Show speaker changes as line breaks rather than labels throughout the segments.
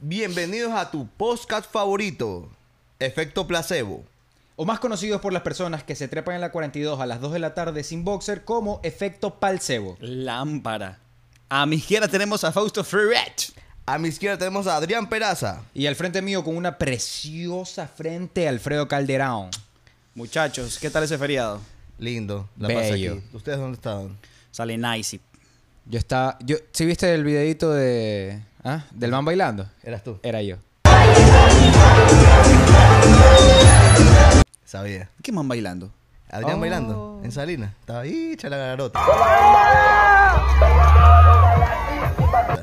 Bienvenidos a tu podcast favorito, Efecto Placebo.
O más conocidos por las personas que se trepan en la 42 a las 2 de la tarde sin boxer como efecto palcebo.
Lámpara. A mi izquierda tenemos a Fausto Ferret.
A mi izquierda tenemos a Adrián Peraza.
Y al frente mío con una preciosa frente Alfredo Calderón.
Muchachos, ¿qué tal ese feriado?
Lindo, la pasé
Bello.
aquí. ¿Ustedes dónde estaban?
Sale nice.
Yo estaba... Yo, ¿Sí viste el videito de... ¿Ah? ¿Del man bailando?
Eras tú.
Eh.
Era yo.
Sabía.
¿Qué man bailando?
Adrián
Oh.
bailando en Salinas. Estaba ahí, echa la garota.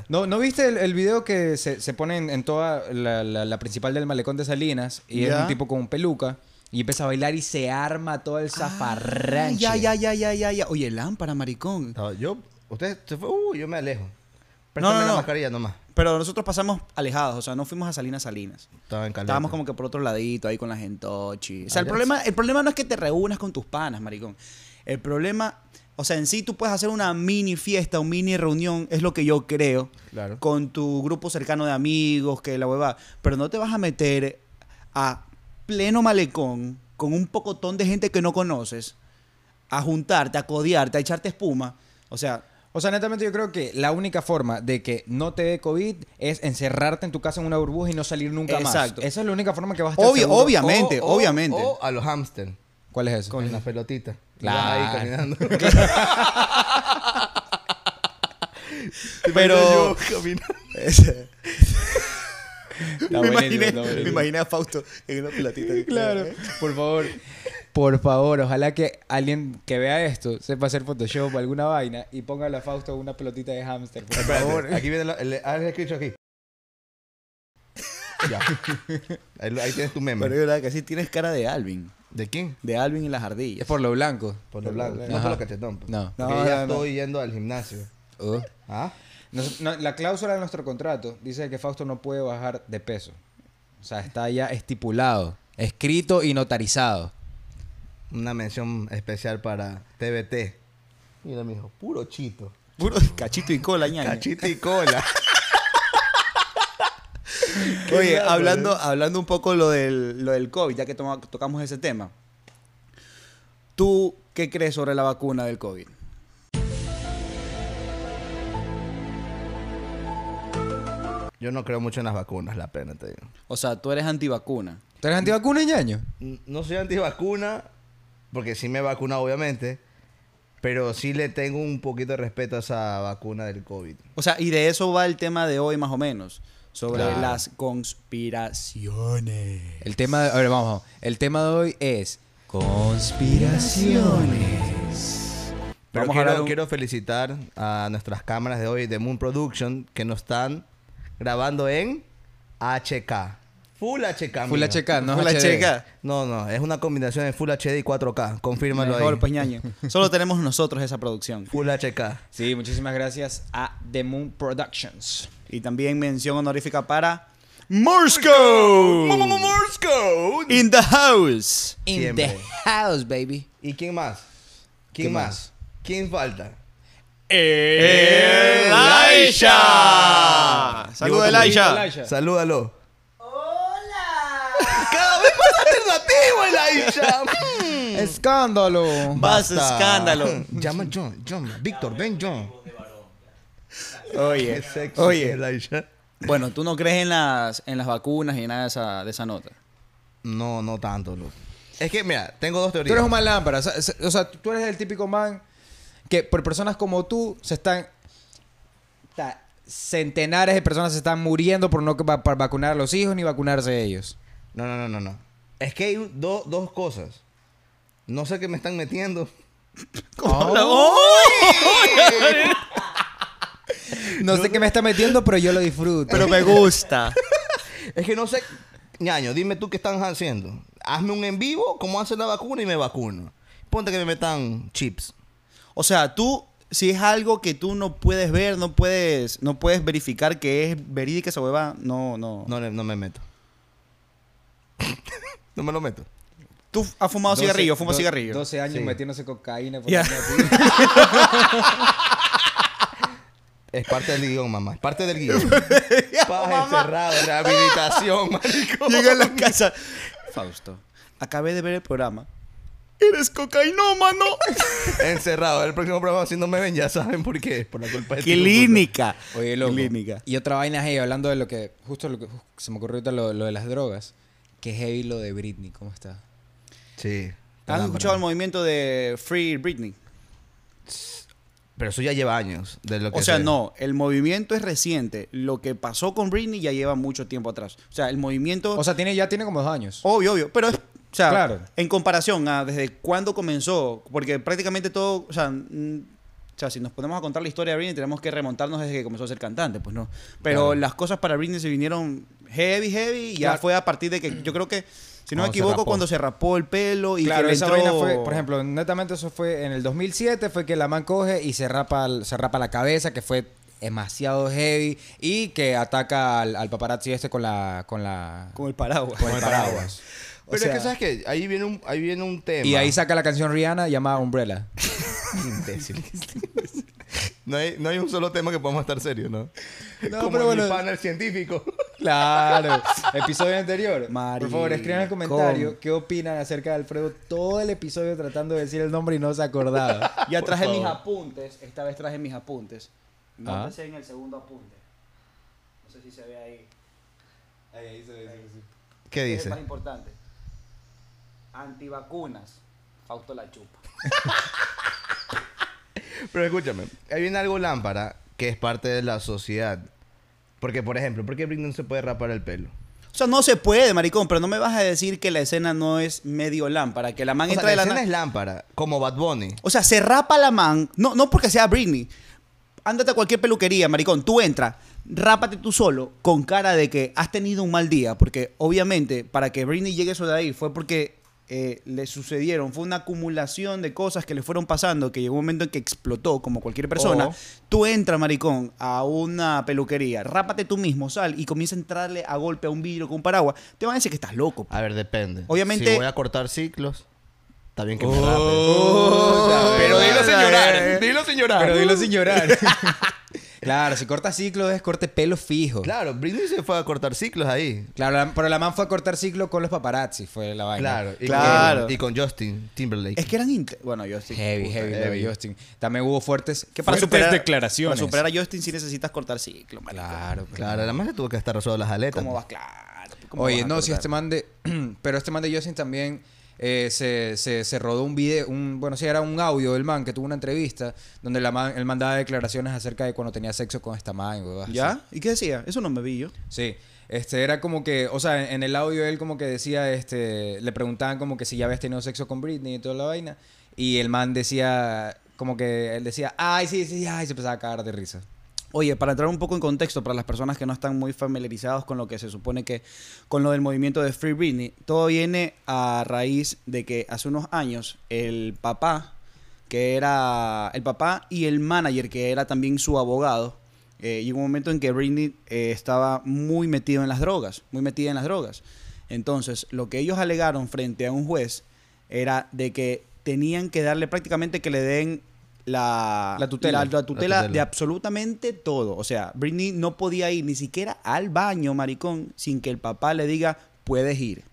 ¿No, ¿no viste el, el video que se, se pone en, en toda la, la- la principal del malecón de Salinas? Y es
Ya.
un tipo con peluca. Y empieza a bailar y se arma todo el zafarrancho.
Ah, Ya, ya, ya, ya, ya, ya. Oye, lámpara, maricón.
Estaba yo, ustedes se fue, uh, yo me alejo.
No,
Préstame
no,
la
no.
mascarilla nomás.
Pero nosotros pasamos alejados, o sea, no fuimos a Salinas Salinas.
Estaba en caleta.
Estábamos como que por otro ladito ahí con la gentochi. O sea, el
Allá
problema, el problema no es que te reúnas con tus panas, maricón. El problema, o sea, en sí tú puedes hacer una mini fiesta o mini reunión, es lo que yo creo,
Claro.
con tu grupo cercano de amigos, que la hueva. Pero no te vas a meter a pleno malecón con un pocotón de gente que no conoces, a juntarte, a codearte, a echarte espuma. O sea,
O sea, netamente yo creo que la única forma de que no te dé COVID es encerrarte en tu casa en una burbuja y no salir nunca más.
Exacto.
Esa es la única forma que vas a estar
Obvio-
seguro. Oh,
obvio. obviamente, obviamente.
O a los hamsters
¿Cuál es eso?
con las pelotitas.
Claro.
Ahí caminando.
pero...
Yo caminando.
Está
me,
buenísimo,
imaginé,
está buenísimo. Mm.
me imaginé a Fausto en una platita.
Claro. Eh, Por favor. Por favor, ojalá que alguien que vea esto sepa hacer Photoshop o alguna vaina y ponga a la Fausto una pelotita de hámster. Por
Espérate,
favor.
Aquí viene la- el, haz el escrito aquí. Ya. Ahí, lo- ahí tienes tu meme.
Pero es verdad que sí tienes cara de Alvin.
¿De quién?
De Alvin y las
Es
ardillas.
por lo blanco.
Por lo blanco. No
Ajá.
por lo cachetón. pues.
No.
Porque
No,
ya
no, no.
estoy yendo al gimnasio.
Oh.
¿Ah?
Nos- no, la cláusula de nuestro contrato dice que Fausto no puede bajar de peso. O sea, está ya estipulado, escrito y notarizado.
Una mención especial para TBT. Mira, mi hijo, puro chito.
Puro cachito y cola, ñaña.
Cachito y cola.
Oye,
¿eh?
hablando, hablando un poco lo del, lo del COVID, ya que toma- tocamos ese tema. ¿Tú qué crees sobre la vacuna del COVID?
Yo no creo mucho en las vacunas, la pena te digo.
O sea, tú eres antivacuna.
¿Tú eres antivacuna, ñaño?
N- No soy antivacuna, porque sí me he vacunado, obviamente. Pero sí le tengo un poquito de respeto a esa vacuna del COVID.
O sea, y de eso va el tema de hoy más o menos. Sobre
Claro.
las conspiraciones.
El tema de, a ver, vamos, vamos. El tema de hoy es conspiraciones.
Pero
Vamos a
quiero,
hablar un-
quiero felicitar a nuestras cámaras de hoy de Moon Production que nos están grabando en HK. Full HK.
Full
amigo.
HK, no
Full
HD.
HK.
No, no, es una combinación de Full HD y 4K. Confírmalo
Mejor,
ahí.
pues, ñaño. Solo tenemos nosotros esa producción.
Full HK.
Sí, muchísimas gracias a The Moon Productions.
Y también mención honorífica para Morsco. In the house.
In
Siempre.
the house, baby.
¿Y quién más? ¿Quién
¿Qué
más?
más?
¿Quién falta?
Elisha. Saludos,
Llegó tu
Elisha.
momento, Elisha.
Salúdalo. ¡Hola! Cada vez más alternativo, Elisha. Mm.
Escándalo.
Vas
Basta.
escándalo.
Llama John, John, Víctor, ven John.
Oye.
Sexy,
Oye.
Elisha.
Bueno, tú no crees en las, en las vacunas y nada de esa, de esa nota.
No, no tanto, loco. Es que, mira, tengo dos
Tú
teorías.
eres una lámpara. O sea, O sea, tú eres el típico man que por personas como tú se están... ta- Centenares de personas se están muriendo por no va- para vacunar a los hijos ni vacunarse ellos.
No, no, no, no, no. Es que hay do- dos cosas. No sé qué me están metiendo.
No sé qué me está metiendo, pero yo lo disfruto.
Pero me gusta.
Es que no sé... Ñaño, dime tú qué están haciendo. Hazme un en vivo, cómo hacen la vacuna y me vacuno. Ponte que me metan chips.
O sea, tú, si es algo que tú no puedes ver, no puedes, no puedes verificar que es verídica esa hueva, no, no.
No, le- no me meto. no me lo meto.
Tú has fumado cigarrillo, fumas cigarrillo.
12 años
Sí.
metiéndose cocaína.
Ya.
poniendo-
Es parte del guión, mamá. Es parte del guión. Paja encerrado, rehabilitación, marico.
Llega a la casa. Fausto, acabé de ver el programa. Eres cocainómano.
Encerrado. El próximo programa, si no me ven, ya saben por qué. Por la culpa de este
Clínica.
Oye, loco.
Clínica.
Y otra vaina heavy, hablando de lo que... Justo lo que uf, se me ocurrió ahorita lo, lo de las drogas. Que heavy lo de Britney. ¿Cómo está?
grupo. Sí.
¿Has escuchado el movimiento de Free Britney?
Pero eso ya lleva años. De lo que
O sea,
sé.
no, el movimiento es reciente. Lo que pasó con Britney ya lleva mucho tiempo atrás. O sea, el movimiento.
O sea, tiene, ya tiene como dos años.
obvio, obvio. Pero es. O sea,
Claro.
en comparación a desde cuándo comenzó, porque prácticamente todo. O sea, mm, o sea, si nos ponemos a contar la historia de Britney, tenemos que remontarnos desde que comenzó a ser cantante, pues no. Pero
Claro.
las cosas para Britney se vinieron heavy, heavy, y ya
Claro.
fue a partir de que. Yo creo que, si
Cuando
no me
se
equivoco,
rapó.
cuando se rapó el pelo y
claro,
que le
esa
entró-
vaina fue, por ejemplo, netamente eso fue en el 2007, fue que la man coge y se rapa, el- se rapa la cabeza, que fue demasiado heavy, y que ataca al, al paparazzi este con la... Con, la,
Con el paraguas.
con el paraguas. O
Pero es
sea,
que, ¿sabes qué? Ahí viene un, ahí viene un tema.
y ahí saca la canción Rihanna llamada Umbrella.
Imbécil. no, hay, no hay un solo tema que podamos estar serios, ¿no?
No,
Como
pero
en mi
bueno.
panel científico.
Claro, episodio anterior.
Marico.
Por favor, escriban en el comentario qué opinan acerca de Alfredo todo el episodio tratando de decir el nombre y no se acordaba.
Ya
Por
traje mis
favor.
apuntes. Esta vez traje mis apuntes. No
Ah.
empecé en el segundo apunte. No sé si se ve ahí.
¿Qué
Es el
dice?
más importante. Antivacunas. Fausto la chupa.
Pero escúchame, ahí viene algo lámpara que es parte de la sociedad. Porque, por ejemplo, ¿por qué Britney no se puede rapar el pelo?
O sea, no se puede, maricón, pero no me vas a decir que la escena no es medio lámpara, que la man
O sea,
entra
la
de la
escena
na-
es lámpara, como Bad Bunny.
O sea, se rapa la man, no, no porque sea Britney. Ándate a cualquier peluquería, maricón, tú entras, rápate tú solo con cara de que has tenido un mal día, porque obviamente para que Britney llegue eso de ahí fue porque eh, le sucedieron, fue una acumulación de cosas que le fueron pasando, que llegó un momento en que explotó como cualquier persona.
O-
Tú entras, maricón, a una peluquería, rápate tú mismo, sal y comienza a entrarle a golpe a un vidrio con un paraguas, te van a decir que estás loco.
A ver, depende.
Obviamente-
Si voy a cortar ciclos, está bien que me rape.
pero dilo sin llorar,
Dilo sin llorar.
Pero
Uh.
dilo sin llorar. claro, si corta ciclo es corte pelo fijo. Claro.
Claro, Britney se fue a cortar ciclos ahí.
la- pero la man fue a cortar ciclo con los paparazzi, fue la vaina.
Claro. Y
Claro.
Con, y con Justin Timberlake.
Es que eran... inte- Bueno, yo sí.
Heavy,
puta,
heavy,
heavy.
heavy, Justin. También hubo fuertes,
Que para
fuertes
superar,
declaraciones.
Para superar a Justin sí necesitas cortar ciclo, marico.
Claro,
Claro, la madre tuvo que estar rozando las aletas.
¿Cómo vas? Claro. ¿cómo
Oye,
vas a
no, si
cortar?
este man de. pero este man de Justin también eh, se, se- se rodó un video. Un, bueno, sí, era un audio del man que tuvo una entrevista donde la man, el man daba declaraciones acerca de cuando tenía sexo con esta man. huevadas así.
¿Ya? ¿Y qué decía? Eso no me vi yo.
Sí. Este era como que, o sea, en, en el audio él como que decía, este, le preguntaban como que si ya habías tenido sexo con Britney y toda la vaina. Y el man decía, como que él decía, ay, sí, sí, ay, se empezaba a cagar de risa.
Oye, para entrar un poco en contexto, para las personas que no están muy familiarizados con lo que se supone que, con lo del movimiento de Free Britney, todo viene a raíz de que hace unos años el papá, que era el papá y el manager, que era también su abogado, eh, llegó un momento en que Britney eh, estaba muy metido en las drogas, muy metida en las drogas. Entonces, lo que ellos alegaron frente a un juez era de que tenían que darle prácticamente que le den la,
La tutela.
la tutela
La tutela.
de absolutamente todo. O sea, Britney no podía ir ni siquiera al baño, maricón, sin que el papá le diga, puedes ir.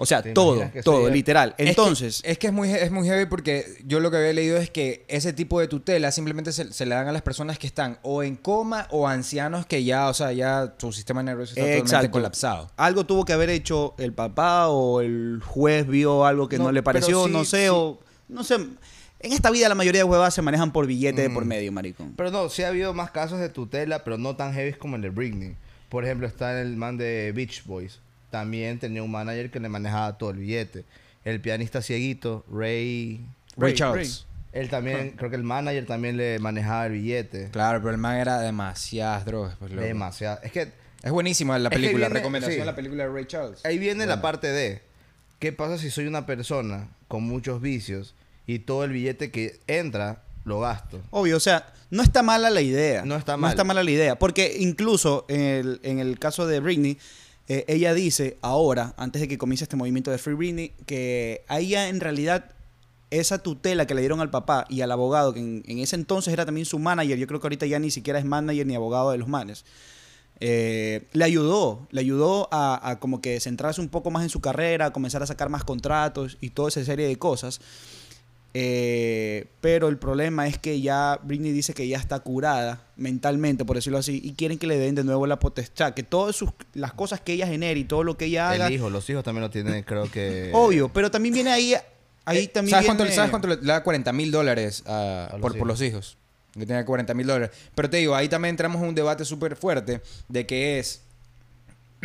O sea,
¿Te
todo,
imaginas que
todo,
sería-
literal.
Es que-
Entonces,
Es que, es, muy, he- es muy heavy porque yo lo que había leído es que ese tipo de tutela simplemente se, se le dan a las personas que están o en coma o ancianos que ya, o sea, ya su sistema nervioso está totalmente
Exacto.
colapsado.
algo tuvo que haber hecho el papá o el juez vio algo que no,
No,
le pareció,
pero sí,
no sé,
sí.
o... No sé, en esta vida la mayoría de huevas se manejan por billete de por
Mm.
medio, maricón.
Pero no, sí ha habido más casos de tutela, pero no tan heavy como el de Britney. Por ejemplo, está el man de Beach Boys. También tenía un manager que le manejaba todo el billete. El pianista cieguito, Ray.
Ray,
Ray,
Charles.
Él también, creo que el manager también le manejaba el billete.
Claro, pero el man era demasiadas drogas. Pues, loco.
Demasiado. Es que
Es buenísima
Es
la
que
película.
viene-
Recomendación
sí.
la película de Ray Charles.
ahí viene la parte de ¿qué pasa si soy una persona con muchos vicios y todo el billete que entra lo gasto?
Obvio, o sea, no está mala la idea.
No está mal.
mala la idea. Porque incluso en el, en el caso de Britney, eh, ella dice ahora, antes de que comience este movimiento de Free Britney, que a ella en realidad esa tutela que le dieron al papá y al abogado, que en, en ese entonces era también su manager, yo creo que ahorita ya ni siquiera es manager ni abogado de los manes, eh, le ayudó, le ayudó a, a como que centrarse un poco más en su carrera, a comenzar a sacar más contratos y toda esa serie de cosas. Eh, pero el problema es que ya Britney dice que ya está curada mentalmente, por decirlo así, y quieren que le den de nuevo la potestad, que todas sus, las cosas que ella genere y todo lo que ella haga,
El hijo, los hijos también lo tienen, creo que.
Ah, obvio, pero también viene ahí, ahí
Eh,
también
¿sabes, cuánto,
viene-
sabes cuánto le le da 40 mil dólares a-
A los
por, por los hijos? Que tenga 40 mil dólares. Pero te digo, ahí también entramos en un debate súper fuerte de que es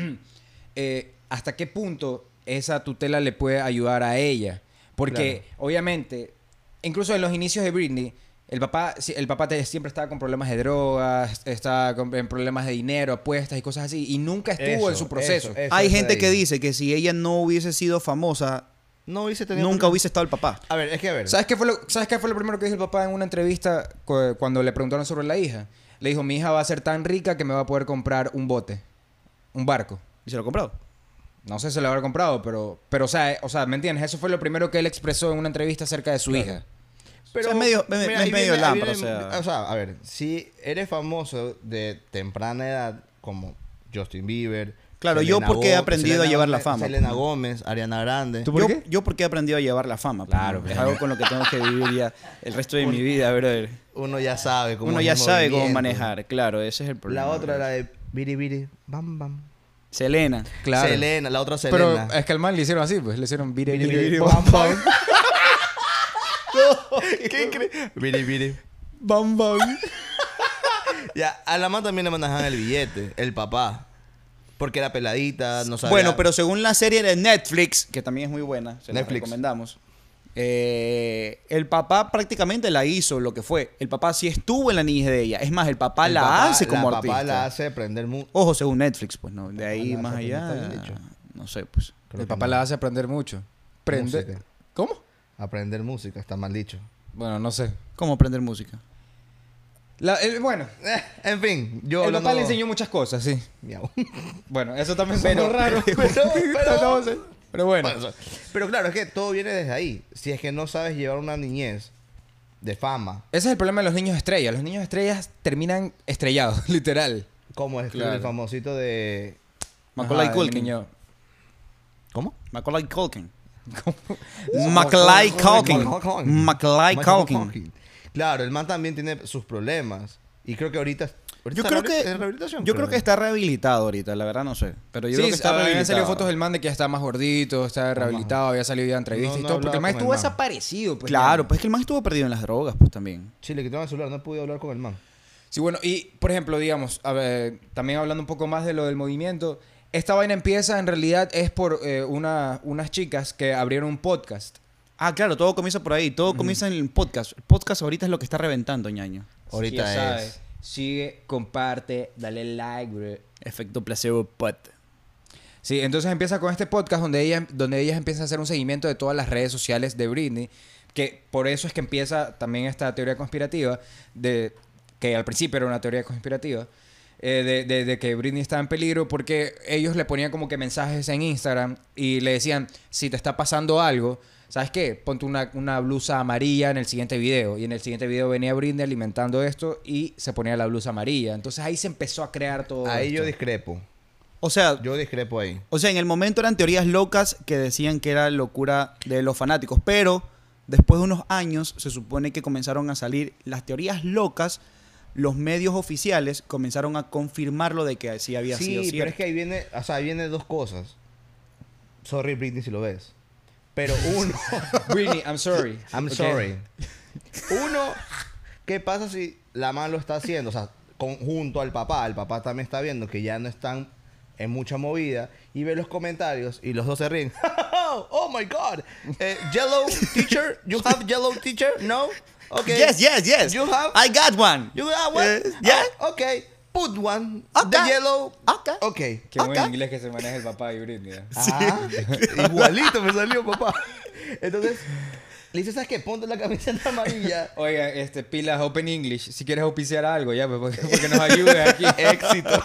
eh, hasta qué punto esa tutela le puede ayudar a ella. Porque obviamente, incluso en los inicios de Britney, el papá, sí, el papá te- siempre estaba con problemas de drogas, estaba con, en problemas de dinero, apuestas y cosas así, y nunca estuvo
Eso,
en su proceso.
eso, eso,
Hay
eso
gente
ahí.
que dice que si ella no hubiese sido famosa,
No hubiese tenido.
nunca
problema.
hubiese estado el papá.
A ver, es que a ver.
¿Sabes qué, fue lo, ¿Sabes qué fue lo primero que dijo el papá en una entrevista cu- cuando le preguntaron sobre la hija? Le dijo, mi hija va a ser tan rica que me va a poder comprar un bote, un barco.
Y se lo compró.
No sé si se lo habrá comprado, pero, pero o, sea, eh, o sea, ¿me entiendes? Eso fue lo primero que él expresó en una entrevista acerca de su hija.
O sea, es medio- me- me-
ahí
es
viene-
medio
ahí
lámpara, o
viene-
sea.
o sea, a ver, si eres famoso de temprana edad, como Justin Bieber.
Claro, yo porque he
Gó-
aprendido a
Selena
llevar la
Gómez-
fama.
Selena Gómez, Ariana Grande.
¿Tú por
yo,
qué?
yo porque he aprendido a llevar la fama.
Claro,
pues,
pues.
es algo con lo que tengo que vivir ya el resto de mi vida, brother.
Uno ya sabe cómo
Uno
es
ya
el
sabe cómo
movimiento.
manejar, claro, ese es el problema.
La otra,
brother.
la de Biri Biri, bam bam.
Selena.
Claro.
Selena, la otra
Pero
eh,
Selena.
es que al man le hicieron así, pues le hicieron vire,
Biri,
vire,
biri,
pom,
bam,
pom,
bam. ¿Qué cre- Biri Biri.
bam, bam.
Ya, a la mamá también le manejaban el billete, el papá. Porque era peladita, no sabía.
Bueno, pero según la serie de Netflix, que también es muy buena, se la
Netflix.
recomendamos. eh, el papá prácticamente la hizo lo que fue. El papá sí estuvo en la niñez de ella. Es más, el papá
El
Ah, la
papá-
hace como
la
artista.
papá la hace prender mucho.
Ojo, según Netflix, pues no. De ahí
la
más
hace, pues, no
allá.
está bien hecho.
No sé, pues.
El papá la hace aprender mucho. Prende.
Música.
¿Cómo?
Aprender música, está mal dicho.
Bueno, no sé.
¿Cómo aprender música?
La- el- bueno,
Eh, en fin, yo
el
hablando-
papá le enseñó muchas cosas, sí.
Miau.
Bueno, eso también sonó
Pero-
raro.
pero- pero-
pero bueno.
Bueno, so- Pero claro, es que todo viene desde ahí. Si es que no sabes llevar una niñez de fama,
Ese es el problema de los niños estrellas. Los niños estrellas terminan estrellados, literal.
como es
Claro.
el famosito de.
Macaulay
Ajá, el
Culkin.
niño-
¿Cómo?
Macaulay Culkin.
Macaulay
Macaulay Culkin. Macaulay Culkin.
Claro, el man también tiene sus problemas. Y creo que ahorita. ahorita
Yo
está
creo
re- en
que
rehabilitación,
yo creo que está rehabilitado ahorita, la verdad no sé, pero yo
sí,
creo que está
a- habían salido
rehabilitado.
fotos del man de que ya está más gordito, está rehabilitado, había salido ya a entrevistas
No,
y
no he
todo. Porque el
hablado
man
con
estuvo
el man.
desaparecido. Pues,
Claro,
ya.
pues es que el man estuvo perdido en las drogas, pues también.
Sí, le quitaron el celular, no he podido hablar con el man.
Sí, bueno, y por ejemplo, digamos, a ver, también hablando un poco más de lo del movimiento, esta vaina empieza en realidad es por eh, una- unas chicas que abrieron un podcast.
Ah, claro, todo comienza por ahí, todo comienza en el podcast. El podcast ahorita es lo que está reventando, ñaño.
Ahorita
Ya
es.
sabes, Sigue, comparte, dale like, bro.
Efecto placebo pot.
Sí, entonces empieza con este podcast donde ella, donde ellas empiezan a hacer un seguimiento de todas las redes sociales de Britney, que por eso es que empieza también esta teoría conspirativa de que al principio era una teoría conspirativa eh, de, de- de que Britney estaba en peligro porque ellos le ponían como que mensajes en Instagram y le decían si te está pasando algo ¿Sabes qué? Ponte una, una blusa amarilla en el siguiente video. Y en el siguiente video venía Britney alimentando esto y se ponía la blusa amarilla. Entonces ahí se empezó a crear todo.
Ahí yo
esto.
discrepo.
O sea,
Yo discrepo ahí.
o sea, en el momento eran teorías locas que decían que era locura de los fanáticos, pero después de unos años se supone que comenzaron a salir las teorías locas, los medios oficiales comenzaron a confirmarlo de que sí había sido
Sí,
cierto.
pero es que ahí viene, o sea, ahí viene dos cosas. Sorry Britney si lo ves. Pero uno,
Britney, I'm sorry.
I'm
Ok.
sorry. Uno, ¿qué pasa si la mamá lo está haciendo? O sea, con- junto al papá, el papá también está viendo que ya no están en mucha movida y ve los comentarios y los dos se ríen. oh my god. Eh, yellow teacher, you have yellow teacher? No? Okay.
Yes, yes, yes.
You have
I got one.
You ah, got one?
Eh, yeah.
Oh, okay. Put one.
Okay.
The yellow.
Okay.
Okay.
Qué buen
Ok.
inglés que se maneja el papá de Britney. ¿eh?
Ajá. Ah, Igualito me salió, papá. Entonces, le dice, ¿sabes qué? Ponte la camiseta amarilla.
Oiga, este, pilas Open English. Si quieres auspiciar algo, ya, pues, porque, porque nos ayudes aquí.
Éxito.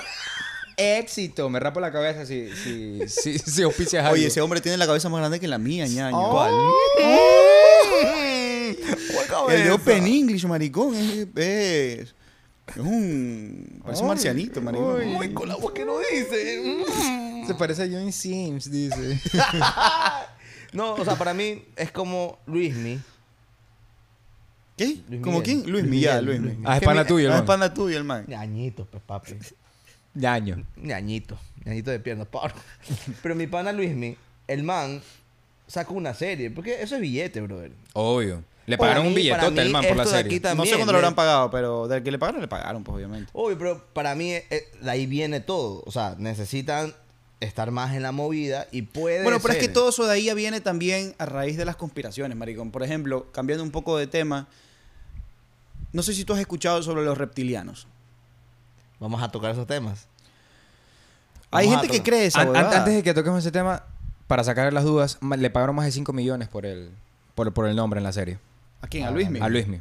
Éxito. Me rapo la cabeza si, si, si, si auspicias algo.
Oh,
Oye, ese hombre tiene la cabeza más grande que la mía, ñaño.
¿Cuál?
¡Uh! El de
eso.
Open English, maricón, es, es, es un... Parece un
Oy,
marcianito, maricón.
oy.
Uy, con la voz que no dice. Mm.
Se parece a John Sims, dice.
No, o sea, para mí es como Luismi.
¿Qué?
Luis
¿Cómo
Miguel.
quién? Luis
Luis
Miguel,
Miguel,
Luis
Luis
Miguel.
Miguel. Ah, es
¿Qué
pana
mi-
tuyo, el
ah, es
man.
pana tuyo, el man.
Ñañito, pues papi.
Daño.
Ñañito. Ñañito de piernas, paro. Pero mi pana Luismi, el man, sacó una serie. Porque eso es billete, brother.
Obvio. Le
Para
pagaron un
mí- para
billetote al
mí
man por la
esto de aquí
serie.
ta-
no sé
También,
cuándo lo habrán
¿eh?
pagado, pero del que le pagaron, le pagaron, pues, obviamente.
Obvio, pero para mí eh, eh, de ahí viene todo. O sea, necesitan estar más en la movida y puede
Bueno, pero es
ser.
que todo eso de ahí ya viene también a raíz de las conspiraciones, maricón. Por ejemplo, cambiando un poco de tema, no sé si tú has escuchado sobre los reptilianos.
Vamos a tocar esos temas.
Hay
Vamos a
gente que
tocar.
cree esa
An- an-
huevada.
antes de que toquemos ese tema, para sacar las dudas, ma- le pagaron más de 5 millones por el, por, por el nombre en la serie.
¿A quién? ¿A Luis Miguel?
A Luismi.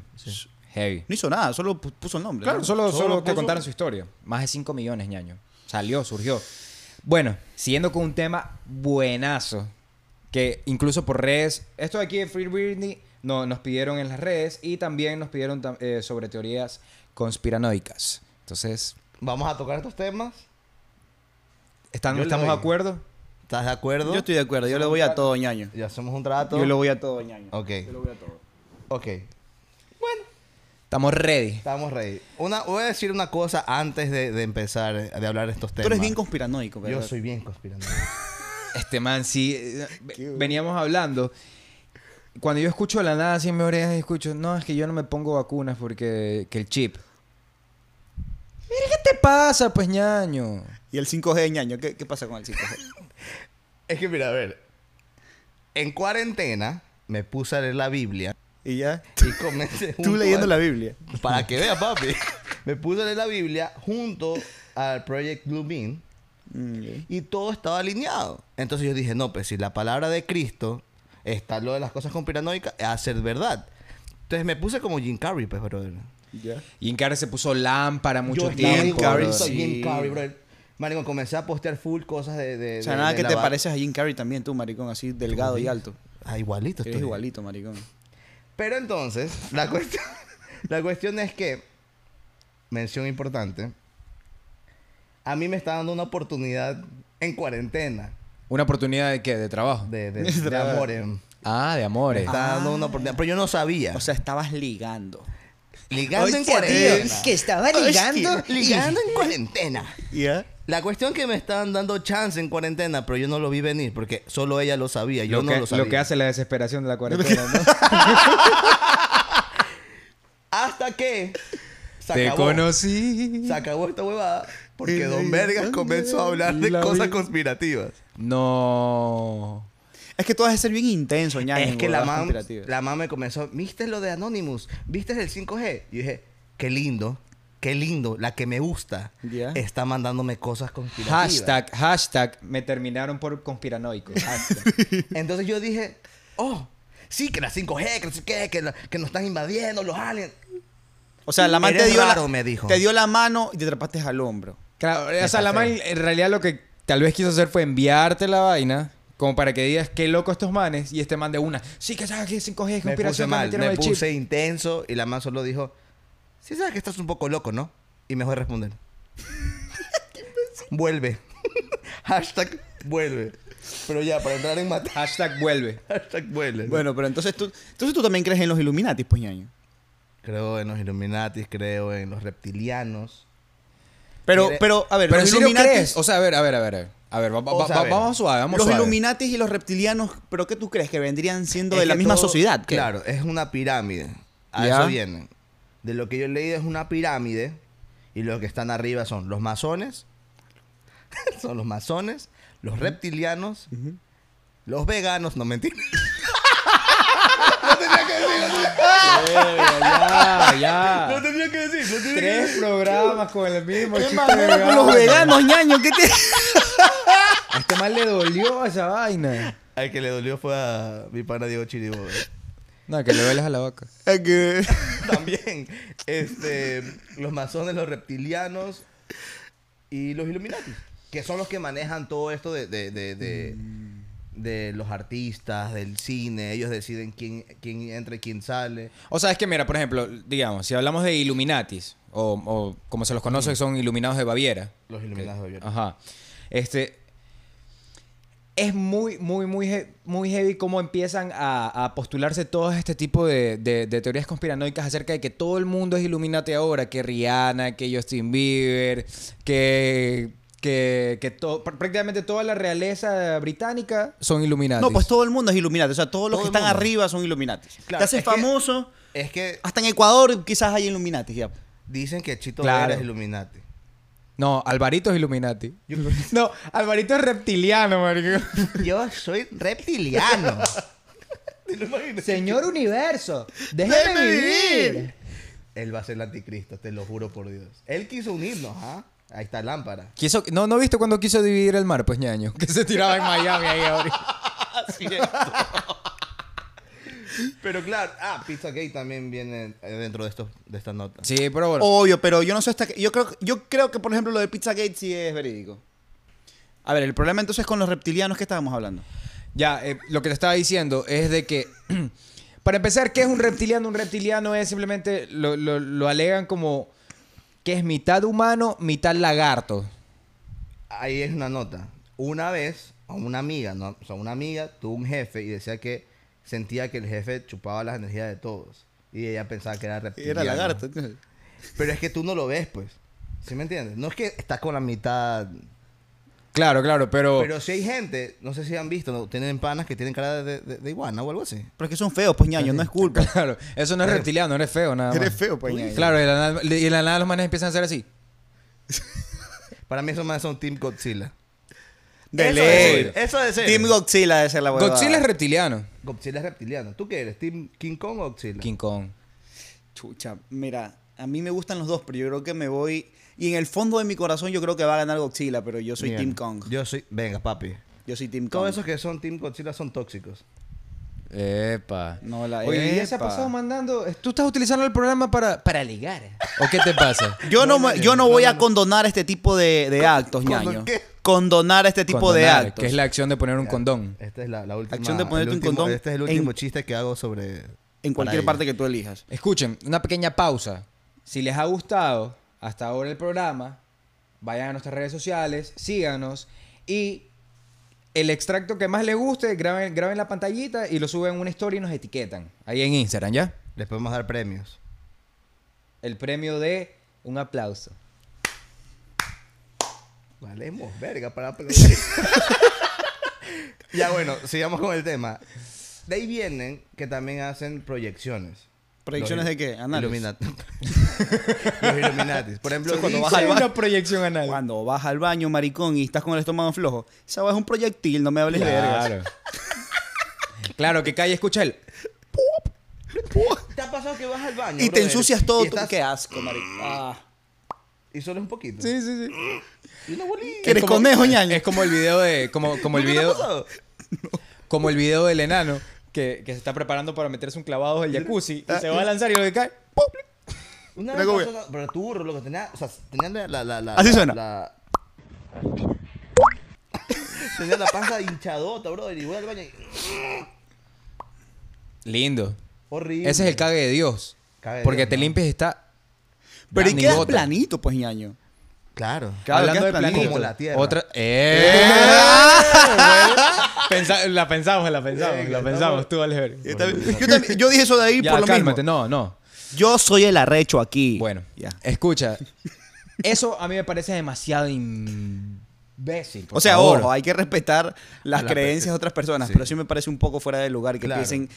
Heavy.
No hizo nada, solo pu- puso el nombre.
Claro,
¿no?
solo, solo, que
puso-
contaron su historia. Más de 5 millones, ñaño. Salió, surgió. Bueno, siguiendo con un tema buenazo. Que incluso por redes, esto de aquí de Free Britney no, nos pidieron en las redes y también nos pidieron tam- eh, sobre teorías conspiranoicas. Entonces,
Vamos a tocar estos temas.
¿están,
Yo le
¿estamos de
doy.
acuerdo?
¿Estás de acuerdo?
Yo estoy de acuerdo, yo le voy a todo, ñaño.
Y hacemos un trato.
Yo le voy a todo, ñaño.
Ok.
Yo le voy a todo.
Ok.
Estamos ready.
Estamos ready. Una, voy a decir una cosa antes de, de empezar, eh, de hablar de estos
Tú
temas.
eres bien conspiranoico, ¿verdad?
Yo soy bien conspirando.
Este man, sí. eh, Veníamos hablando. Cuando yo escucho la nada así en mis orejas, escucho, no, es que yo no me pongo vacunas porque que el chip. Mira, ¿qué te pasa, pues, ñaño?
Y el 5G, ñaño, ¿qué, qué pasa con el 5G?
es que mira, a ver. En cuarentena me puse a leer la Biblia
y ya,
y comencé
tú
junto
leyendo
a-
la Biblia.
Para que vea, papi. Me puse a leer la Biblia junto al Project Blue Bean
Mm, ok.
y todo estaba alineado. Entonces yo dije, no, pues si la palabra de Cristo está lo de las cosas conspiranoicas, es hacer verdad. Entonces me puse como Jim Carrey, pues, brother.
Ya.
Y Carrey se puso lámpara mucho
yo
tiempo.
Jim Carrey,
bro.
soy
sí.
Jim Carrey, brother. Maricón, comencé a postear full cosas de... de
O sea,
de-
nada
de
que
la
te
ba-
pareces a Jim Carrey también, tú, maricón, así delgado y alto.
Ah, igualito
Eres
estoy.
igualito, maricón.
Pero entonces, la cuestión, la cuestión es que, mención importante, a mí me está dando una oportunidad en cuarentena
Una oportunidad de qué? De trabajo.
de, de, de amores. Me
Ah, de amores.
está dando
Ah.
una oportunidad, pero yo no sabía.
O sea, estabas ligando.
ligando en
hostia,
cuarentena.
tío,
que estaba ligando y-
ligando en cuarentena.
¿Ya?
La cuestión que me estaban dando chance en cuarentena, pero yo no lo vi venir porque solo ella lo sabía, yo
lo,
no
que,
lo
lo
sabía.
que hace la desesperación de la cuarentena, ¿no?
Hasta que se
Te
acabó.
conocí.
Se acabó esta huevada porque Don Vergas comenzó a hablar de
La
cosas
vi-
conspirativas.
No.
Es que tú vas a ser bien intenso, ñaño.
es que la
huevadas
mam,
conspirativas.
la mam me comenzó, ¿viste lo de Anonymous? ¿Viste el 5G? Y dije, qué lindo, qué lindo, la que me gusta
Ya.
está mandándome cosas conspirativas.
Hashtag, hashtag, me terminaron por conspiranoico. Hashtag.
Entonces yo dije, oh, sí, que la 5G, que no sé qué, que, la- que nos están invadiendo los aliens.
O sea, la man te
Eres
dio, la,
raro, me dijo.
te dio la mano y te atrapaste al hombro.
claro, o sea, la man en realidad lo que tal vez quiso hacer fue enviarte la vaina. Como para que digas qué loco estos manes. Y este man de una. Sí, que sabes que 5G es
Me puse
conspiración. que
mal,
metieron
me
el chip".
puse intenso y la man solo dijo, sí sabes que estás un poco loco, ¿no? Y me dejó de responder. vuelve. Hashtag vuelve. Pero ya, para entrar en matar.
Hashtag vuelve.
Hashtag vuelve. ¿no?
Bueno, pero entonces tú, entonces tú también crees en los Illuminati, pues, ñaño.
Creo en los Illuminatis, creo en los reptilianos.
Pero,
Mire-
pero, a ver,
Pero
los
si lo
Illuminati.
crees. O sea, a ver, a ver, a ver. a ver. A ver, va- va-
O sea, a
va-
ver.
vamos suave, vamos
los
suave.
Illuminati y los reptilianos, ¿pero qué tú crees? ¿Que vendrían siendo
Es
de la
que
misma
todo-
sociedad? ¿qué?
Claro, es una pirámide. A
Ya.
eso vienen. De lo que yo he leído es una pirámide y los que están arriba son los masones, son los masones, los reptilianos, los veganos, no mentira.
Ya,
Ah.
ya.
tenía que decir, no tenía
Tres programas con el mismo
¿Qué
chiste
manera con
vegano.
los veganos, ñaño? ¿Qué te...
A este mal le dolió esa vaina.
Al que le dolió fue a mi pana Diego Chiribo.
No, que le dueles a la vaca.
¿A qué?
También, este, los masones, los reptilianos y los Illuminati, que son los que manejan todo esto de, de, de, de- de los artistas, del cine, ellos deciden quién, quién entra y quién sale.
O sea, es que mira, por ejemplo, digamos, si hablamos de Illuminatis, o, o como se los conoce, que son Iluminados de Baviera.
Los iluminados de Baviera.
Ajá. Este. Es muy, muy, muy, he- muy heavy cómo empiezan a, a postularse todo este tipo de, de- de teorías conspiranoicas acerca de que todo el mundo es Illuminati ahora, que Rihanna, que Justin Bieber, que. que, que to- pr- prácticamente toda la realeza británica son Illuminati.
No, pues todo el mundo es Illuminati. O sea, todos los
Todo
que
el
están
mundo.
arriba son Illuminati.
Claro,
Te haces
es que-
famoso.
Es que
Hasta en Ecuador quizás hay Illuminati ya.
dicen que Chito
Claro.
Vera es Illuminati.
No, Alvarito es Illuminati. No, Alvarito es reptiliano, marico.
Yo soy reptiliano.
Señor Universo,
déjeme vivir. Él va a ser el anticristo, te lo juro por Dios. Él quiso unirnos, ¿ah? Ahí está lámpara.
Quiso, no, no viste cuando quiso dividir el mar, pues ñaño. Que se tiraba en Miami ahí ahorita.
Pero claro, ah, Pizzagate también viene eh, dentro de estos de estas notas.
Sí, pero bueno.
Obvio, pero yo no sé hasta que, yo creo yo creo que por ejemplo lo de Pizzagate sí es verídico. A ver, el problema entonces con los reptilianos que estábamos hablando.
Ya, eh, lo que te estaba diciendo es de que. Para empezar, ¿qué es un reptiliano? Un reptiliano es simplemente. Lo, lo- lo alegan como. Que es mitad humano, mitad lagarto.
Ahí es una nota. Una vez a una amiga, ¿no? o sea, una amiga tuvo un jefe y decía que sentía que el jefe chupaba las energías de todos y ella pensaba que era reptiliano. Pero es que tú no lo ves, pues. ¿Sí me entiendes? No es que estás con la mitad
Claro, claro, pero.
Pero si hay gente, no sé si han visto, ¿no? tienen panas que tienen cara de, de- de iguana o algo así.
Pero es que son feos, pues ñaño, no es culpa.
Claro, eso no es reptiliano, eres feo, nada más.
Eres feo, pues, ñaño.
Claro, y de la nada- y de la nada los manes empiezan a hacer así.
Para mí esos más son Team Godzilla.
De
Eso
ley.
de ser, eso de ser.
Team Godzilla debe ser la huevada.
Godzilla es reptiliano.
Godzilla es reptiliano. ¿Tú qué eres? ¿Team King Kong o Godzilla?
King Kong.
Chucha, mira, a mí me gustan los dos, pero yo creo que me voy y en el fondo de mi corazón yo creo que va a ganar Godzilla, pero yo soy
Bien.
Team Kong. Yo,
Yo soy... Venga, papi.
soy Team Kong.
Todos esos que son Team Godzilla son tóxicos.
Epa.
No, la-
Oye, ya se ha
epa.
pasado mandando. ¿Tú estás utilizando el programa para, para ligar? ¿O qué te pasa?
Yo no, me- yo no voy a condonar este tipo de, de actos,
¿condo-
ñaño.
qué?
Condonar este tipo de
Condonar,
actos.
Que es la acción de poner un
Ya,
condón.
Esta es la, la última...
Acción de ponerte
el
un
último-
condón
Este es el
en-
último chiste que hago sobre...
En cualquier parte que tú elijas.
Escuchen, una pequeña pausa. Si les ha gustado hasta ahora el programa, vayan a nuestras redes sociales, síganos y el extracto que más les guste, graben, graben la pantallita y lo suben en una historia y nos etiquetan. Ahí en Instagram, ¿ya?
Les podemos dar premios.
El premio de un aplauso.
Valemos verga para aplaudir. ya bueno, sigamos con el tema. De ahí vienen que también hacen proyecciones.
¿Proyecciones
Los-
de qué? Anales.
Illuminati. Los Illuminatis. Por ejemplo,
Eso es cuando
dicen-
baja el
Hay
baño.
una proyección anal.
Cuando vas al baño, maricón, y estás con el estómago flojo, esa va es un proyectil, no me hables de vergas.
Claro. claro, que calle escucha el.
¿Te ha pasado que vas al baño?
Y te
brother?
ensucias todo.
Y,
tú-
estás-
Qué asco, maricón. Ah.
y solo es un poquito.
Sí, sí, sí.
Y una bolita.
¿Quieres
Es como-
conejo, ñaño?
Es como el video de. Como, como el
¿Nunca te ha
video.
pasado?
Como el video del enano que, que se está preparando para meterse un clavado del jacuzzi y se va a lanzar y lo que cae. ¡pum!
Una
Mira cómo
vez pasó, pero tú, burro, loco, tenía, o sea, tenía la, la, la, la-
Así suena.
la- tenía la panza hinchadota, brother, y voy al baño y...
Lindo.
Horrible.
Ese es el cague de Dios.
Cague de
Porque
Dios,
te
¿no?
limpias y está.
Pero y
ni
quedas
gota.
planito, pues, ñaño.
Claro.
Claro,
Hablando de
quedas planito.
planito.
Como la tierra.
Otra. ¡Eh! Pensa- la pensamos, la pensamos, la pensamos. Tú, Alex.
Yo, también- yo también- yo dije eso de ahí
Ya,
por lo
cálmate.
mismo.
No, no.
Yo soy el arrecho aquí.
Bueno,
Ya.
escucha. Eso a mí me parece demasiado imbécil. por
O sea,
favor.
ojo, hay que respetar las
La
creencias
pe-
de otras personas,
sí.
pero sí me parece un poco fuera de lugar que
Claro.
piensen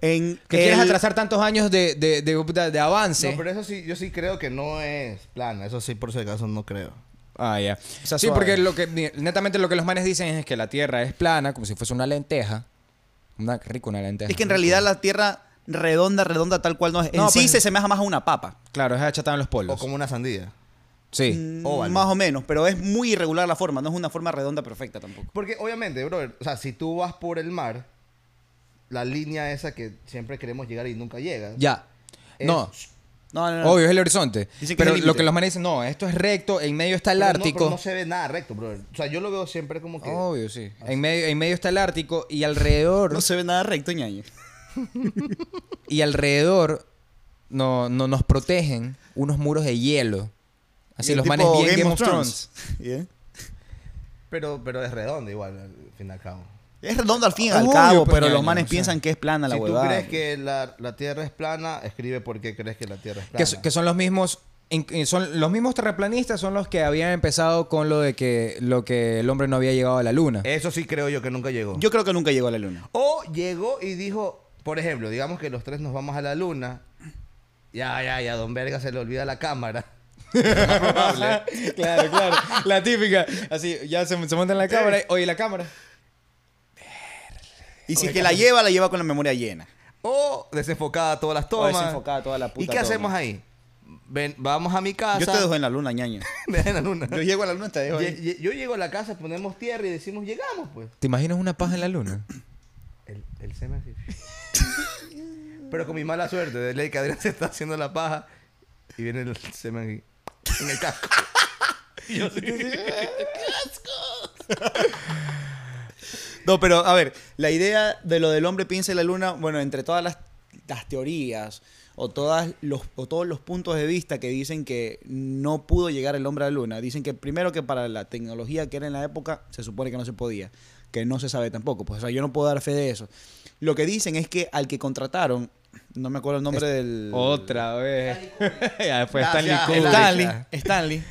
en...
Que quieres
el-
atrasar tantos años de, de, de, puta, de avance.
No, pero eso sí, yo sí creo que no es plano. Eso sí, por si acaso, no creo.
Ah, ya.
sea,
sí,
suave.
porque lo que, mi- netamente lo que los manes dicen es que la Tierra es plana, como si fuese una lenteja. Una qué rico una lenteja.
Es que en realidad la Tierra redonda, redonda, tal cual no es. En
No,
sí
pues-
se semeja más a una papa.
Claro, es achatada en los
O
polos.
como una sandía.
Sí.
Mm,
Óvalo.
Más o menos, pero es muy irregular la forma, no es una forma redonda perfecta tampoco.
Porque obviamente, brother, o sea, si tú vas por el mar, la línea esa que siempre queremos llegar y nunca llegas.
Ya.
es
No.
No, no, no.
Obvio, es el horizonte.
Ah. Dicen que
pero
es el
lo
límite.
que los manes dicen, no, esto es recto, en medio está el
Pero no-
Ártico. Oh,
pero No, se ve nada recto, brother. O sea, yo lo veo siempre como que.
Obvio, sí. En medio, en medio está el Ártico y alrededor.
No se ve nada recto, ñaño.
Y alrededor no, no, nos protegen unos muros de hielo. Así
Y
los
tipo
manes bien Game, of Thrones.
Yeah.
Pero, pero es redondo igual, al fin y al cabo.
Es redondo al fin y al
Obvio,
cabo,
pues,
pero
ñaño,
los manes
o sea,
piensan que es plana la
si
huevada.
tú crees que la, la Tierra es plana, escribe por qué crees que la Tierra es
Que,
plana.
so- que son los mismos. en- en- son los mismos terraplanistas son los que habían empezado con lo de que lo que el hombre no había llegado a la luna.
Eso sí creo yo que nunca llegó.
Yo creo que nunca llegó a la luna.
O llegó y dijo, por ejemplo, digamos que los tres nos vamos a la luna. Ya, ya, ya, don Verga se le olvida la cámara.
Eh, claro, claro. La típica. Así, ya se, se monta en la cámara. Oye, la cámara.
Y si es que la lleva, la lleva con la memoria llena.
O desenfocada todas las tomas.
desenfocada toda la puta
¿Y qué
toma.
hacemos ahí? Ven, vamos a mi casa.
Yo te dejo en la luna, ñaño.
Me dejan en la luna.
Yo llego a la luna, te dejo
Lle-
ahí.
lle- Yo llego a la casa, ponemos tierra y decimos, llegamos, pues.
¿Te imaginas una paja en la luna?
El, el semen así. Pero con mi mala suerte, de ley que Adrián se está haciendo la paja y viene el semen aquí, en el casco.
No, pero a ver, la idea de lo del hombre piensa en la luna, bueno, entre todas las, las teorías o, todas los, o todos los puntos de vista que dicen que no pudo llegar el hombre a la luna, dicen que primero que para la tecnología que era en la época se supone que no se podía, que no se sabe tampoco, pues o sea, yo no puedo dar fe de eso. Lo que dicen es que al que contrataron, no me acuerdo el nombre del...
Otra vez. ya después
Gracias,
Stanley Kubrick.
Stanley,
Kubrick.
Stanley.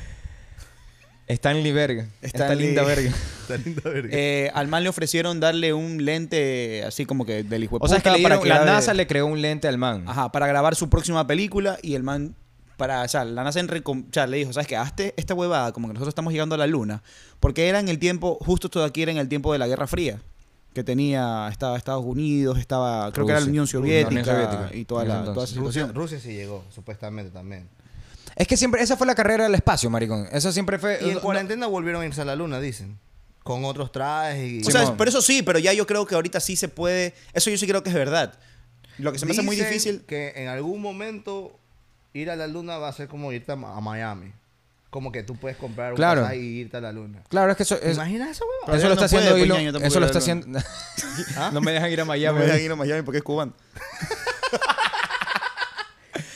Stanley verga. Stanley
Stanley-
linda verga.
Está lindo verga.
Eh, al man le ofrecieron darle un lente así como que del hijo de
O sea, es que
puta
le dieron- la
grabe-
NASA le creó un lente al man.
Ajá, para grabar su próxima película y el man para, o sea, la NASA en recom- o sea, le dijo, ¿sabes qué? Hazte esta huevada, como que nosotros estamos llegando a la luna, porque era en el tiempo, justo todo aquí era en el tiempo de la Guerra Fría, que tenía, estaba Estados Unidos, estaba, creo que era la
Rusia.
Unión Soviética,
Unión Soviética.
y toda,
En ese
la, toda esa
entonces.
Rusia,
situación.
Rusia sí llegó, supuestamente también.
Es que siempre, esa fue la carrera del espacio, maricón. Eso siempre
Eh,
fue.
Y en
no-
cuarentena volvieron a irse a la luna, dicen. Con otros trajes y...
O sea,
Simón.
pero eso sí, pero ya yo creo que ahorita sí se puede, eso yo sí creo que es verdad. Lo que se me hace muy
Dicen
difícil...
que en algún momento ir a la luna va a ser como irte a, Ma- a Miami. Como que tú puedes comprar un
Claro.
pasaje y irte a la luna.
Claro, es que eso.
¿Te
es-
imaginas esa hueva?
eso
no
lo está
puede,
haciendo
pues,
Elon-
ñaño, tampoco
Eso lo
lo
está
de Elon.
haciendo. No me dejan ir a Miami.
No me
¿verdad?
dejan ir a Miami porque es cubano.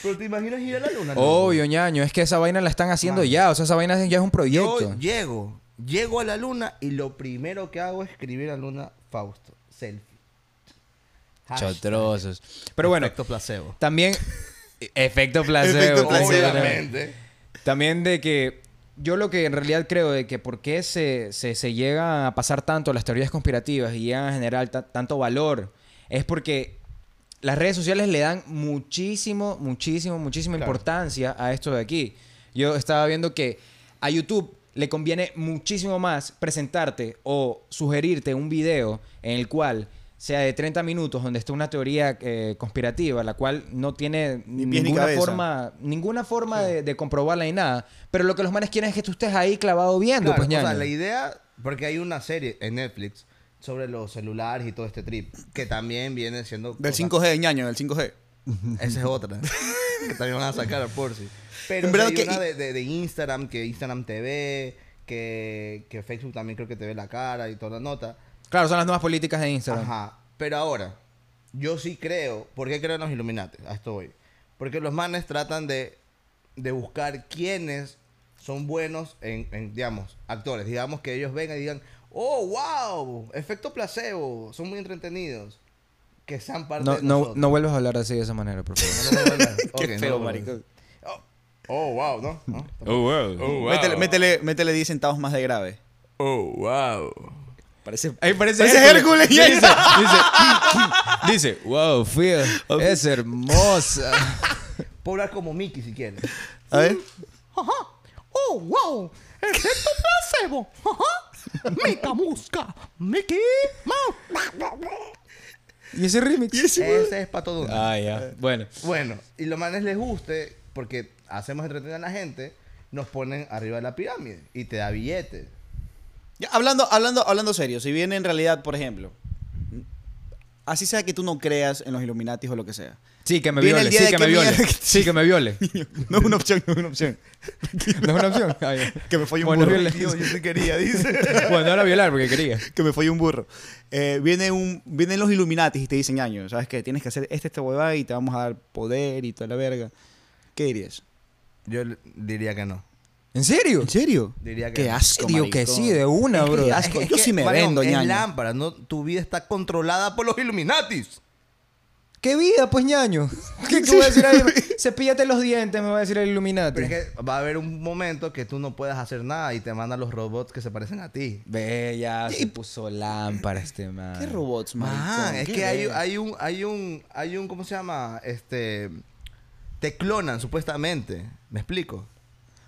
Pero te imaginas ir a la luna. loco?
Obvio, ñaño. Es que esa vaina la están haciendo
Mano.
ya. O sea, esa vaina ya es un proyecto.
Yo llego, llego a la luna y lo primero que hago es escribir a luna Fausto. Selfie. Hashtag.
Chotrosos. Pero bueno,
Efecto placebo.
también. Efecto placebo.
Efecto placebo.
Obviamente.
También de que yo lo que en realidad creo de que por qué se, se, se llega a pasar tanto las teorías conspirativas y llegan a generar ta- tanto valor es porque las redes sociales le dan muchísimo, muchísimo, muchísima
Claro.
importancia a esto de aquí. Yo estaba viendo que a YouTube le conviene muchísimo más presentarte o sugerirte un video en el cual sea de 30 minutos donde está una teoría eh, conspirativa, la cual no tiene
Ni pies ni
ninguna
cabeza.
forma ninguna forma de, de comprobarla ni nada. Pero lo que los manes quieren es que tú estés ahí clavado viendo,
Claro,
pues
o sea,
ñaño.
la idea, porque hay una serie en Netflix sobre los celulares y todo este trip, que también viene siendo...
Del
cosas-
5G, de ñaño, del 5G.
Esa es otra. que también van a sacar por si. Pero
En
en
verdad
hay
que-
una de, de- de Instagram, que Instagram te ve, que, que Facebook también creo que te ve la cara y toda la nota.
Claro, son las nuevas políticas de Instagram.
Ajá. Pero ahora, yo sí creo. ¿Por qué creo en los Illuminati? A esto voy. Porque los manes tratan de, de buscar quiénes son buenos en, en, digamos, actores. Digamos que ellos vengan y digan, oh, wow, efecto placebo, son muy entretenidos. Que sean parte
No,
de
no,
nosotros.
no vuelvas a hablar así de esa manera, por favor.
No lo vuelvo a hablar.
Qué
Ok, no lo
feo,
vuelvo a hablar.
maricón.
Oh, oh, wow, ¿no? ¿No?
Métele, métele, métele 10 centavos más de grave.
Oh, wow.
Parece,
parece,
Parece Hércules. Hércules,
Dice,
ñaño.
dice, dice, wow, Phil, es hermosa.
Puedo hablar como Mickey si quieres.
A ver.
Ajá. Oh, wow. Efecto placebo. Ajá. Mica musca. Mickey Mouse.
¿Y ese remix?
Ese es Pato Donald.
Ah, ya. Bueno.
Bueno, y los manes les guste, porque hacemos entretener a la gente, nos ponen arriba de la pirámide y te da billetes.
Ya, hablando, hablando, hablando serio, si viene en realidad, por ejemplo, así sea que tú no creas en los Illuminatis o lo que sea.
Sí, que me
Viene el
viole.
día
Sí,
de
que me
que
viole.
mierda-
Sí, que me viole.
No es una opción, no es una opción.
No es una opción. Ah, ya.
Que me folle un
Bueno,
burro.
viole-
Dios, yo sí quería, dice.
Bueno, no era violar porque quería.
que me folle un burro. Eh, viene un, vienen los Illuminatis y te dicen, año, ¿sabes qué? Tienes que hacer este, este huevada y te vamos a dar poder y toda la verga. ¿Qué dirías?
Yo le- diría que no.
¿En serio?
serio?
Diría que
Qué
no.
asco,
Digo que
maricón.
sí, de una,
Es que
bro.
ya- Asco, yo sí me
varón,
vendo,
es
ñaño.
lámpara, no, tu vida está controlada por los Illuminatis.
¿Qué vida, pues, ñaño? ¿Qué qué voy a decir? ahí? Cepíllate los dientes, me voy a decir el Illuminati.
Pero es que va a haber un momento que tú no puedes hacer nada y te mandan los robots que se parecen a ti.
Ve, ya se puso lámpara este man.
¿Qué robots,
Man,
maricón?
es
¿Qué
que hay,
verga?
hay un, hay un, hay un, ¿cómo se llama? Este, te clonan supuestamente. ¿Me explico?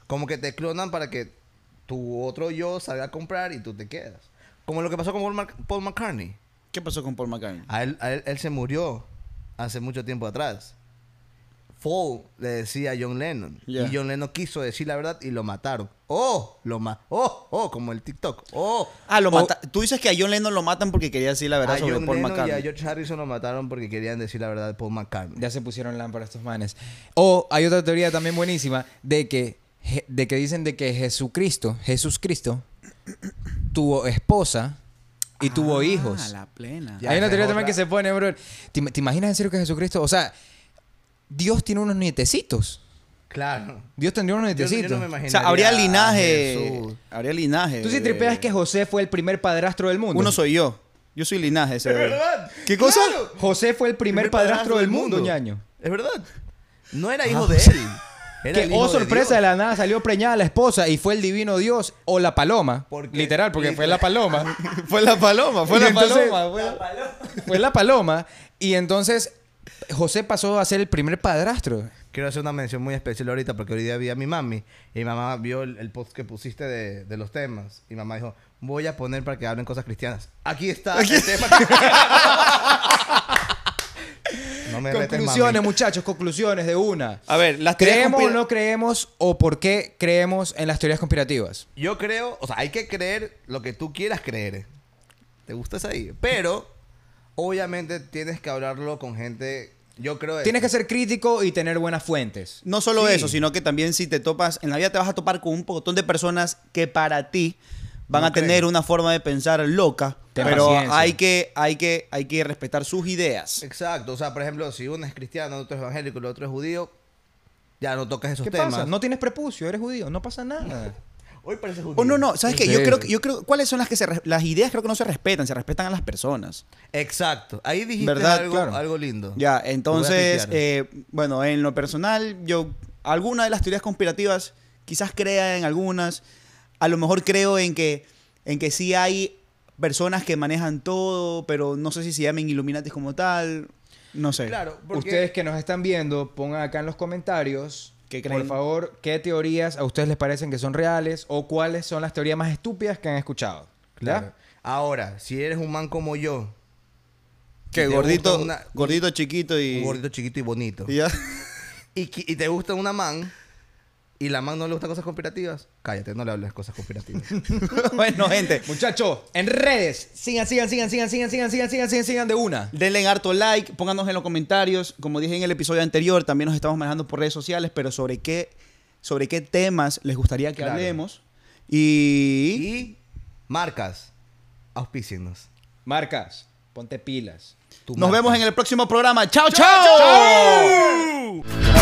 Como que te clonan para que tu otro yo salga a comprar y tú te quedas. Como lo que pasó con Paul, Mac- Paul McCartney.
¿Qué pasó con Paul McCartney?
A él, a él, él se murió hace mucho tiempo atrás. Paul le decía a John Lennon.
Ya.
Y John Lennon quiso decir la verdad y lo mataron. ¡Oh! Lo ma ¡Oh! ¡Oh! Como el TikTok. ¡Oh!
Ah, lo
O-
mata- Tú dices que a John Lennon lo matan porque quería decir la verdad
a
sobre
John
Paul
Lennon y a
McCartney.
George Harrison lo mataron porque querían decir la verdad de Paul McCartney.
Ya se pusieron lámpara estos manes. O hay otra teoría también buenísima de que, je- de que dicen de que Jesucristo, Jesús Cristo, tuvo esposa y tuvo
Ah,
hijos.
la plena.
Ya,
hay
esa
una
es
teoría también
otra.
que se pone, bro. ¿Te, im- te imaginas en serio que Jesucristo? O sea, Dios tiene unos nietecitos.
Claro.
Dios tendría unos
Yo, no- yo
nietecitos.
no me
O
imaginaría.
sea, habría
Jesús.
linaje. Habría linaje.
Tú sí
de-
tripeas que José fue el primer padrastro del mundo.
Uno soy yo. Yo soy linaje, ese.
verdad.
¿Qué cosa?
Claro.
José fue el primer, padrastro, del mundo, ñaño.
Es verdad. No era hijo de él. Era
Que,
el hijo
oh,
de
sorpresa, de,
Dios.
la nada salió preñada la esposa y fue el divino Dios o la paloma.
Porque-
literal, porque fue la paloma.
Fue la paloma, fue
Y
la
entonces-
paloma. Fue la
fue la paloma. Y entonces José pasó a ser el primer padrastro.
Quiero hacer una mención muy especial ahorita porque hoy día vi a mi mami y mi mamá vio el, el post que pusiste de, de los temas y mamá dijo, voy a poner para que hablen cosas cristianas. Aquí está el tema. no me retes, mami. Ah,
Conclusiones, muchachos, conclusiones de una.
A ver, las teorías
¿Creemos o
conspira-
no creemos o por qué creemos en las teorías conspirativas?
Yo creo, o sea, hay que creer lo que tú quieras creer. ¿Te gusta esa idea? Pero, obviamente tienes que hablarlo con gente, yo creo...
Tienes que ser crítico y tener buenas fuentes.
No solo
Sí.
eso, sino que también si te topas, en la vida te vas a topar con un montón de personas que para ti van
No
a tener
creen.
una forma de pensar loca,
Ten
pero
paciencia.
hay que, hay, que, hay que respetar sus ideas.
Exacto, o sea, por ejemplo, si uno es cristiano, otro es evangélico, el otro es judío, ya no tocas esos
¿Qué
temas.
pasa? No tienes prepucio, eres judío, no pasa nada.
Hoy parece judío.
O Oh, no, no, ¿sabes qué? Yo
Sí.
creo que, yo creo, ¿cuáles son las que se, re- las ideas creo que no se respetan, se respetan a las personas.
Exacto. Ahí dijiste
¿Verdad?
algo,
Claro.
algo lindo.
Ya,
Te
entonces,
voy a
eh, bueno, en lo personal, yo, alguna de las teorías conspirativas, quizás crea en algunas, a lo mejor creo en que, en que sí hay personas que manejan todo, pero no sé si se llamen Illuminatis como tal, no sé.
Claro, porque
Ustedes que nos están viendo, pongan acá en los comentarios.
¿Qué
Por
creen?
favor, ¿qué teorías a ustedes les parecen que son reales o cuáles son las teorías más estúpidas que han escuchado?
Claro.
¿Ya?
Ahora, si eres un man como yo,
Que
Y te
gordito,
gusta una-
gordito chiquito y...
un gordito chiquito y bonito,
y ya.
y, qui- y te gusta una man, y la man no le gusta cosas conspirativas, cállate, no le hables de cosas conspirativas.
bueno, gente,
Muchachos, en redes, sigan, sigan, sigan, sigan, sigan, sigan, sigan, sigan, sigan, sigan de una.
Denle en harto like, pónganos en los comentarios. Como dije en el episodio anterior, también nos estamos manejando por redes sociales, pero sobre qué, sobre qué temas les gustaría que
Claro.
hablemos. Y,
y marcas, auspícienos.
Marcas, ponte pilas.
Tu
nos
marca.
vemos en el próximo programa. ¡Chao, chao! chao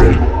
liftoff. We have a liftoff.